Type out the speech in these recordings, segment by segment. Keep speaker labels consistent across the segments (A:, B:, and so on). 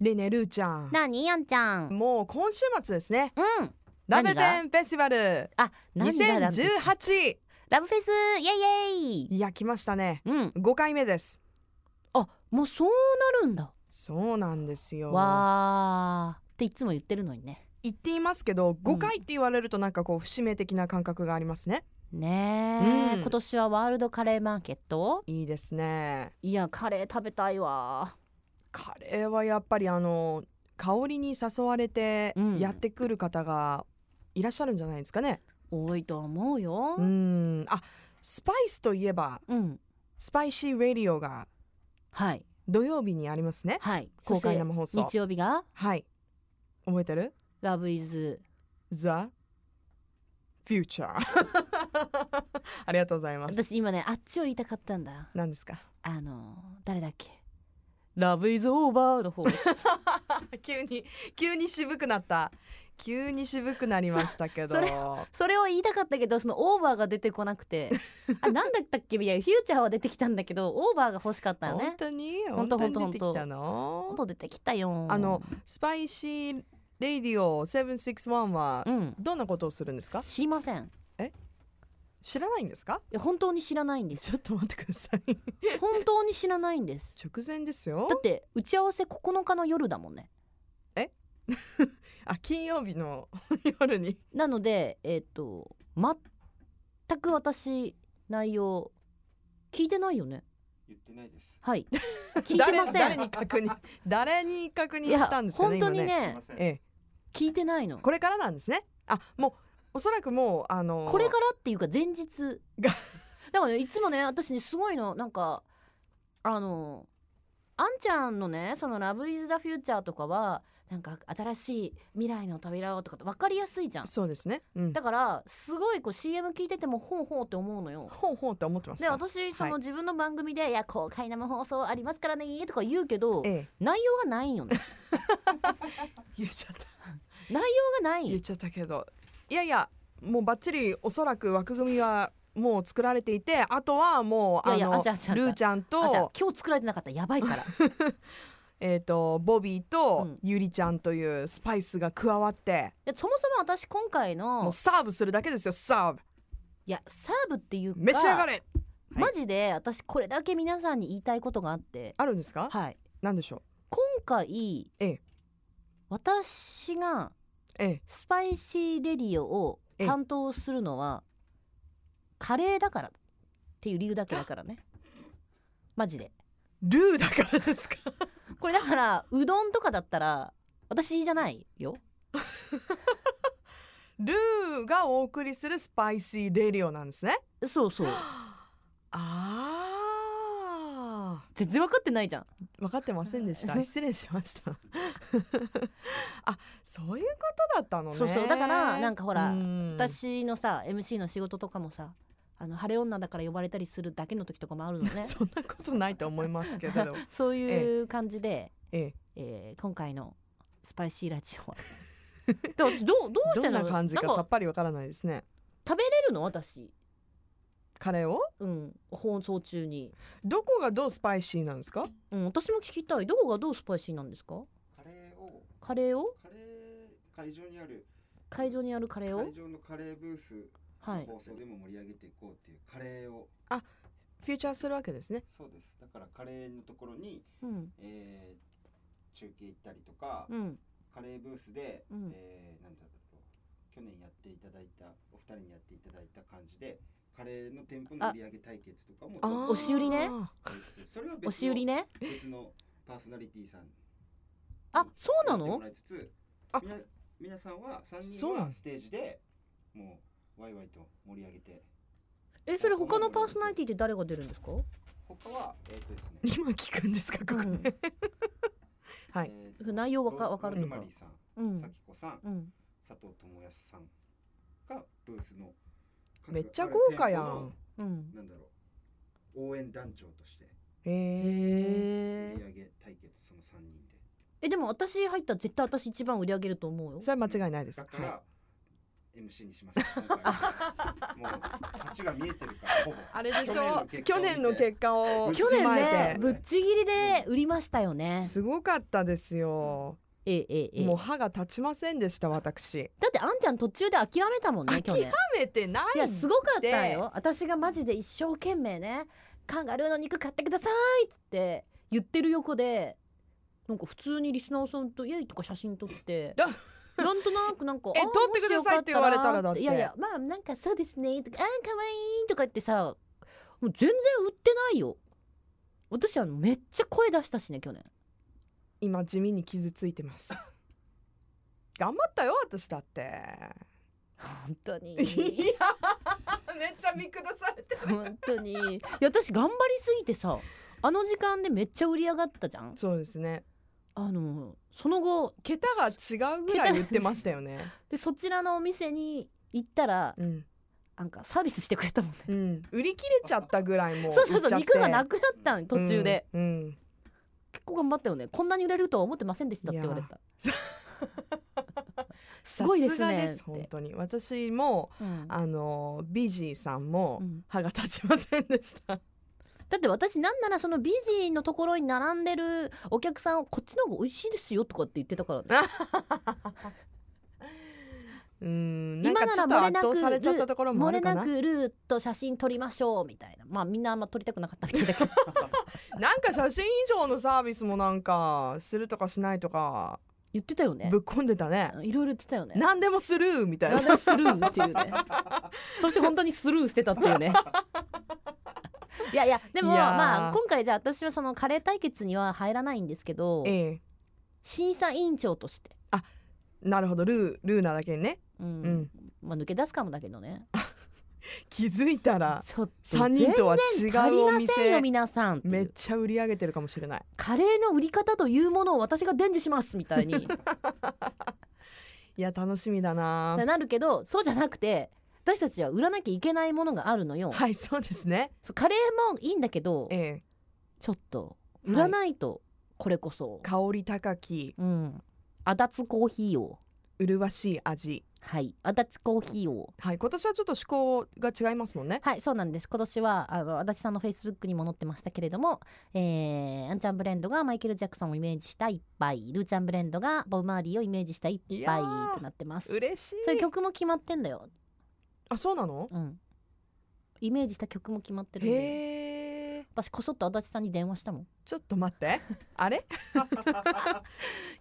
A: ねねるーちゃん
B: なにやんちゃん
A: もう今週末ですね
B: うん
A: ラブ
B: 何が
A: ベンフェスティバル
B: あなんだラブフェス
A: 2018
B: ラブフェスイエイイエイ
A: いや来ましたね
B: うん
A: 5回目です
B: あもうそうなるんだ
A: そうなんですよ
B: わーっていつも言ってるのにね
A: 言っていますけど5回って言われるとなんかこう節目的な感覚がありますね
B: ねえ、
A: うん
B: 今年はワールドカレーマーケット
A: いいですね
B: いやカレー食べたいわ
A: カレーはやっぱりあの香りに誘われて
B: うん
A: やってくる方がいらっしゃるんじゃないですかね
B: 多いと思うよ
A: う
B: うん、
A: んあスパイスといえばスパイシーレディオが
B: はい
A: 土曜日にありますね
B: はい
A: 公開生放
B: そし
A: 送
B: て日曜日が
A: はい覚えてる
B: ラブイズ
A: The Future ありがとうございます
B: 私今ねあっちを言いたかったんだ
A: 何ですか
B: あの誰だっけラブイズオーバーの方
A: 急に急に渋くなった急に渋くなりましたけど
B: そそそれを言いたかったけどそのオーバーが出てこなく てあなんだったっけいやフューチャーは出てきたんだけどオーバーが欲しかった よ
A: 本
B: ね
A: 当に
B: 本当
A: 本当に
B: 本
A: 出て
B: 当
A: きたの
B: 音出てきたよ
A: あのスパイシーレディオ761は
B: うん
A: どんなことをするんですか
B: 知りませんい
A: 知らないんですか
B: や本当に知らないんです
A: ちょっと待ってください
B: 本当に知らないんです
A: 直前ですよ
B: だって打ち合わせ9日の夜だもんね
A: あ金曜日の夜に
B: なのでえっ、と全く私内容聞いてないよね
C: 言ってないです。
B: はい聞いてませ
A: 誰誰
B: ん
A: に確 認誰に確認
B: いや
A: したんですかね
B: 本当に
A: 今
C: すい
B: ね
C: ません。
A: ええ
B: 聞いてないのこ
A: これからなんですねあもうおそらくもうあの
B: れからっていうか前日
A: が
B: だからねいつもね私ねすごいのなんかあのあんちゃんのねその「ラブ・イズ・ザ・フューチャー」とかはなんか新しい未来の扉をとかって分かりやすいじゃん
A: そうですねうん
B: だからすごいこう CM 聞いててもほうほうって思うのよ
A: ほうほうって思ってます
B: で
A: か
B: 私そ
A: は
B: の
A: い
B: 自分の番組で「いや公開生放送ありますからね」とか言うけど
A: ええ
B: 内容がな いよね
A: 言っちゃった
B: 内容がな
A: 言っ
B: い
A: ちゃったけどいやいやもうバッチリおそらく枠組みはもう作られていてあとはもうあ
B: いやいや
A: の
B: あちゃうちゃうちゃう
A: ルーちゃん
B: あじゃあ
A: と
B: 今日作られてなかったらやばいから
A: えっ、とボビー
B: う
A: と
B: ん
A: ゆりちゃんというスパイスが加わって、
B: いやそもそも私今回
A: も
B: の
A: うサーブするだけですよサーブ
B: いやサーブっていうか
A: 召し上がれはい
B: マジで私これだけ皆さんに言いたいことがあって
A: あるんですか
B: はい
A: 何でしょう
B: 今回、
A: ええ
B: 私が
A: え
B: スパイシーレディオを担当するのはカレーだからっていう理由だけだからねマジで
A: ルーだからですか
B: これだからうどんとかだったら私じゃないよ
A: ルーがお送りするスパイシーレディオなんですね
B: そうそう
A: あ
B: 全然分かってないじゃん
A: ー分かってませんで した失礼しました あそういうことだったのね
B: そうそうだからなんかほら
A: うん
B: 私のさ MC の仕事とかもさあの晴れ女だから呼ばれたりするだけの時とかもあるのね
A: そんなことないと思いますけれど
B: そういう感じで、
A: ええ
B: えー今回のスパイシーラ ジオはで私どうどうし
A: ど
B: て
A: ん
B: な
A: な
B: の
A: 感じか
B: なん
A: さっぱりわからないですね
B: 食べれるの私
A: カレーを
B: うん放送中に、
A: どこがどうスパイシーなんですか
B: うん、私も聞きたいどこがどうスパイシーなんですか
C: カレーを
B: カレーを
C: カレー会場にある
B: 会場にあるカレーを
C: 会場のカレーブース
B: は
C: の
B: い
C: 放送でも盛り上げていこうっていうカレーを
A: フューチャーするわけですね
C: そうです。だからカレーのところに、
B: うん
C: えー、中継行ったりとか、
B: うん
C: カレーブースで、
B: うん
C: えー、なんだろう去年やっていただいたお二人にやっていただいた感じでカレーの店舗の売り上げ対決とかも
A: あー
B: 押し売りね
C: それは別の
B: 押し売りね
C: 別のパーソナリティさんに
B: あそうな
C: やって
B: の
C: もらいつつ
A: あ
C: みな皆さんは三人
A: そうなん
C: はステージでもうワイワイと盛り上げて
B: えそれ他のパーソナリティって誰が出るんですか
C: 他はえっ、とですね
A: 今聞くんですかここ
B: うん
A: で はい
C: えーと
B: 内容わか
C: ロ
B: わかる
C: ロ
B: の
C: ーズ
B: か
C: マリーさん、
B: うん
C: さきこさん、
B: うん
C: 佐藤智康さんがブースの各
A: めっちゃ豪華や
C: ある店舗の
A: ん
B: うん
C: なんだろう応援団長として
A: へえ
B: へ
C: 売り
B: ー
C: 上げ対決その三人で
B: えでも私入ったら絶対私一番売り上げると思うよ
A: それは間違いないです
C: だか
A: は
C: ら、
A: い
C: え MC にしました今 回もう勝ちが見えてるからほぼ
A: あれでしょ去
C: 去
A: 年
C: 年
A: の
C: の
A: 結
C: 結
A: 果を
B: 去
A: 踏
B: 年
A: ま
B: ね
A: え
B: ぶっちぎりで売りましたよね
A: て。すごかったですよ
B: ええええ。
A: もう歯が立ちませんでした私
B: だってあんちゃん途中で諦めたもんね去
A: 諦
B: 年。
A: めてない
B: いやすごかった
A: で
B: よ私がマジで一生懸命ね「カンガルーの肉買ってください」っつって言ってる横でなんか普通にリスナーさんと「イエイ」とか写真 撮って
A: あ
B: なんとなくなんか「
A: え
B: あ
A: 撮ってくださいって言われたらだって
B: もしよからいやいやまあなんかそうですね」とか「あーかわいい」とか言ってさもう全然売ってないよ私はめっちゃ声出したしね去年
A: 今地味に傷ついてます 頑張ったよ私だって
B: 本当に
A: いやめっちゃ見下されて
B: 本当にいや私頑張りすぎてさあの時間でめっちゃ売り上がったじゃん
A: そうですね
B: あのその後
A: 桁が違うぐらい言ってましたよ ね
B: でそちらのお店に行ったら
A: うん、
B: なんかサービスしてくれたもんね
A: うん、売り切れちゃったぐらいもう
B: そうそうそう肉がな
A: く
B: くなったの途中で、、
A: うんうん
B: 結構頑張ったよねこんなに売れるとは思ってませんでしたって言われた すごいです
A: さ
B: ね
A: すが
B: っ
A: です本
B: て
A: 当に私も
B: うん
A: あのビジーさんも
B: うん
A: 歯が立ちませんでした、
B: だって私なんならそのビジーのところに並んでるお客さんをこっちの方が美味しいですよとかって言ってたからね
A: うんなんかちょっと圧倒されちゃったところも
B: 漏
A: あ
B: れ
A: るかな
B: なくルーと写真撮りましょうみたいなまあみんなあんま撮りたくなかったみたいだけど
A: なんか写真以上のサービスもなんかするとかしないとか
B: 言ってたよね
A: ぶっこんでたね
B: いろいろ言ってたよね
A: 何でもスルーみたいな
B: なんでスルーっていう ねそして本当にスルーしてたっていうね いやいやでも
A: いやー
B: まあ今回じゃあ私はそのカレー対決には入らないんですけど
A: ええ
B: 審査委員長として、
A: なるほどルールーなだけにね
B: うん
A: うん
B: まあ、抜け出すかもだけどね
A: 気づいたら
B: ちょっと
A: 3人とは違
B: 全然足
A: う
B: り
A: お
B: ませんよ
A: 店
B: 皆さんっていう
A: めっちゃ売り上げてるかもしれない
B: カレーの売り方というものを私が伝授しますみたいに
A: いや楽しみだな
B: なるけどそうじゃなくて私たちは売らなきゃいけないものがあるのよ、
A: はいそうですね
B: そうカレーもいいんだけど
A: ええ
B: ちょっと売らないとこれこそ、
A: 香り高き
B: うん。あだつコーヒーを。
A: 麗しい味
B: はい。あだつコーヒーを。
A: はい今年はちょっと趣向が違いますもんね
B: はい、そうなんです。今年は、あの、足立さんのフェイスブックにも載ってましたけれども、えー、アンちゃんブレンドがマイケル・ジャクソンをイメージした一杯、ルーちゃんブレンドがボブ・マーリーをイメージした一
A: いや
B: 杯
A: ー
B: となってます。
A: 嬉しい
B: そういう曲も決まってんだよ。
A: あそうなの
B: うん。イメージした曲も決まってるんで。
A: へえ
B: 私こそっと足立さんに電話したもん
A: ちょっと待 ってあれ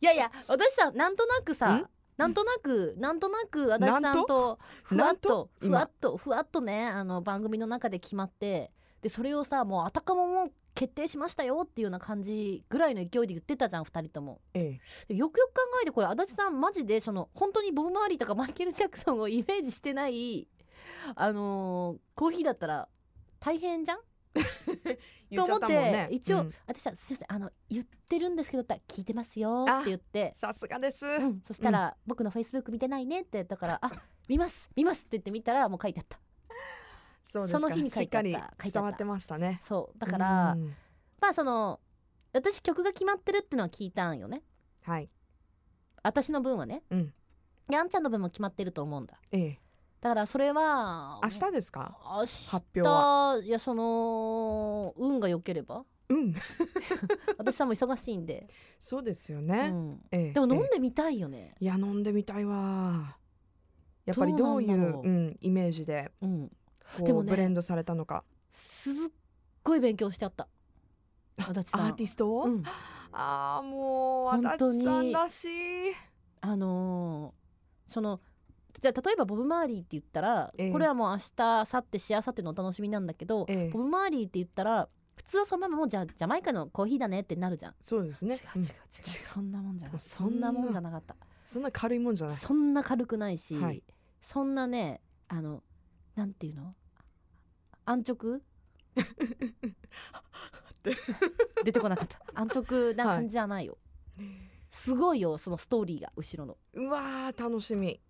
B: いやいや私さなんとなく
A: ん
B: さなんとなくなんとなく足立さんとふわ
A: な
B: っ
A: んと
B: と
A: 今
B: ふわっとふわっとねあの番組の中で決まってでそれをさもうあたかももう決定しましたよっていうような感じぐらいの勢いで言ってたじゃん2人とも
A: ええ
B: でよくよく考えてこれ足立さんマジでその本当にボブ・マーリーとかマイケル・ジャクソンをイメージしてないあのーコーヒーだったら大変じゃん
A: 言
B: と
A: っちゃ
B: 思
A: っ
B: ったて
A: もんね
B: 一応、
A: うん
B: 私さすいませんあの言ってるんですけどって聞いてますよって言って
A: さすがです
B: うん、そしたら、僕のフェイスブック見てないねってだからあ見ます見ますって言って見たらもう書いてあった
A: そうですか
B: その日に書いてあった
A: しっか
B: 書
A: り
B: いてあった
A: 伝わってましたね
B: そうだから、
A: うん
B: まあその私曲が決まってるってのは聞いたんよね
A: はい
B: 私の分はね、
A: うん
B: であんちゃんの分も決まってると思うんだ
A: ええ
B: だからそれは
A: 明日ですか
B: 明日
A: 発表はい
B: やその運が良ければ
A: うん
B: 私さんも忙しいんで、
A: そうですよ
B: う
A: ね、
B: ん、
A: ええ
B: でも飲ん
A: え
B: でみたいよね、
A: えいや飲んでみたいわやっぱりどうい
B: どうなん
A: う
B: だろ
A: う、
B: うん
A: イメージで
B: うん、
A: こう
B: でもね
A: ブレンドされたのか
B: すっごい勉強しちゃった足立さん
A: アーティストを、
B: うん
A: ああもう
B: 本
A: 足
B: 当
A: 立
B: に
A: さんらしい
B: あのーそのじゃあ例えばボブ・マーリーって言ったら、
A: ええ
B: これはもう明日明後日しあさってのお楽しみなんだけど、
A: ええ
B: ボブ・マーリーって言ったら普通はそのままもうじゃジャマイカのコーヒーだねってなるじゃん、
A: そうですね
B: 違う違う違う、
A: ん
B: そんなもんじゃ
A: も
B: な
A: う
B: い
A: そ
B: そ
A: ん
B: ん
A: な
B: なもんじゃなかった
A: そんな軽いもんじゃない
B: そんな軽くないし、
A: はい
B: そんなねあのなんていうの 安直
A: て
B: 出てこなかった安直な感じじゃないよ、すごいよそのストーリーが後ろの
A: うわー楽しみ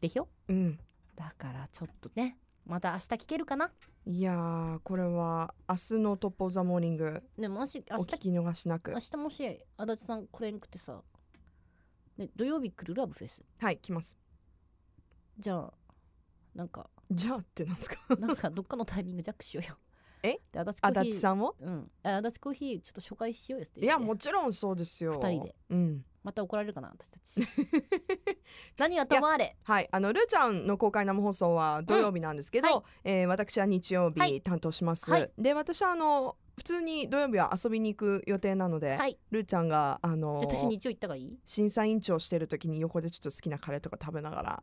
B: でしょ
A: うん
B: だからちょっとねまた明日聞けるかない
A: やーこれは明日のトップオブザモーニング
B: ねもし明
A: お
B: 日
A: 聞き逃しなく
B: 明日もし足立さん来れんくてさ、ね、土曜日来るラブフェス
A: はい来ます
B: じゃあなんか
A: じゃあってなん ですか
B: なんかどっかのタイミングジャックしようよ
A: え
B: で足立コ
A: 足
B: ーヒー
A: 立さんも
B: うんあ足立コーヒーちょっと紹介しようよって
A: い
B: 言っ
A: や
B: て
A: もちろんそうですよ
B: 二人で
A: うん
B: また怒られるかな私た ち何はともあれ
A: はい、あのルーちゃんの公開生放送は土曜日なんですけど、
B: うんは
A: えー私は日曜
B: は
A: 日
B: い
A: 担当します、
B: はい
A: で私はあの普通に土曜日は遊びに行く予定なので、
B: はい
A: ルーちゃんがあの
B: じゃあ私日曜行った方がいい
A: 審査委員長してる時に横でちょっと好きなカレーとか食べながら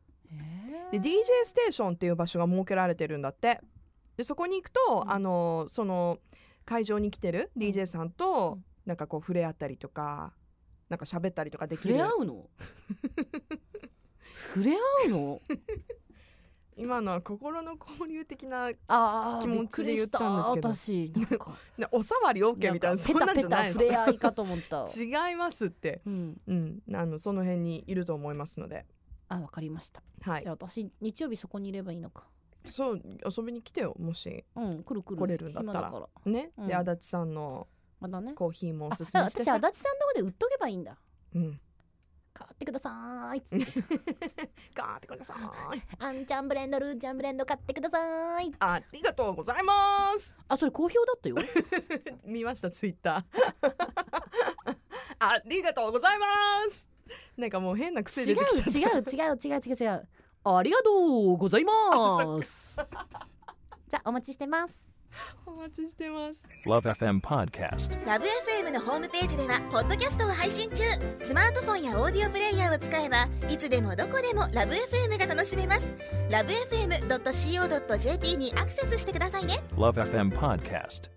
A: で
B: で
A: DJ ステーションっていう場所が設けられてるんだってでそこに行くと、
B: うん
A: あのその会場に来てる
B: ん
A: DJ さんと、
B: うん
A: なんかこう触れ合ったりとかなんか喋ったりとかでき
B: 触れ
A: る
B: 合 うの触れ合うの
A: 今のは心の交流的な
B: ああ
A: 気持ちで言ったんですけど
B: 私な んか
A: なおさわり OK みたいなそ
B: ペ
A: んな
B: タ
A: んじゃ
B: ペ
A: な
B: タ
A: いです
B: 触れ合いかと思った
A: 違いますって、
B: うん
A: うん、あのその辺にいると思いますので、
B: あわかりました
A: はい
B: じゃ、あ私日曜日そこにいればいいのか
A: そう遊びに来てよもし
B: うん来る来る
A: 来れるんだったら
B: 暇から
A: ね、で
B: うん
A: 足立さんの
B: まだね
A: コーヒーもお
B: あ
A: すすめして
B: 私足立さ
A: さ
B: ん、のとこで売っとけばいいんだ
A: うん、
B: 買ってくださーいっつって
A: ガーってください
B: あんちゃんブレンドルーちゃんブレンド買ってくださーい
A: ありがとうございます
B: あそれ好評 だったよ
A: 見ましたツイッター ありがとうございますなんかもう変な癖
B: 違う違
A: 出てきちゃった
B: う違う違う違う違うありがとうございます じゃあお待ちしてます
A: お待ちしてます
D: Love FM Podcast.
E: ラブ f m のホームページではポッドキャストを配信中スマートフォンやオーディオプレイヤーを使えばいつでもどこでもラブ f m が楽しめますラブ FM.co.jp にアクセスしてくださいね
D: Love FM Podcast.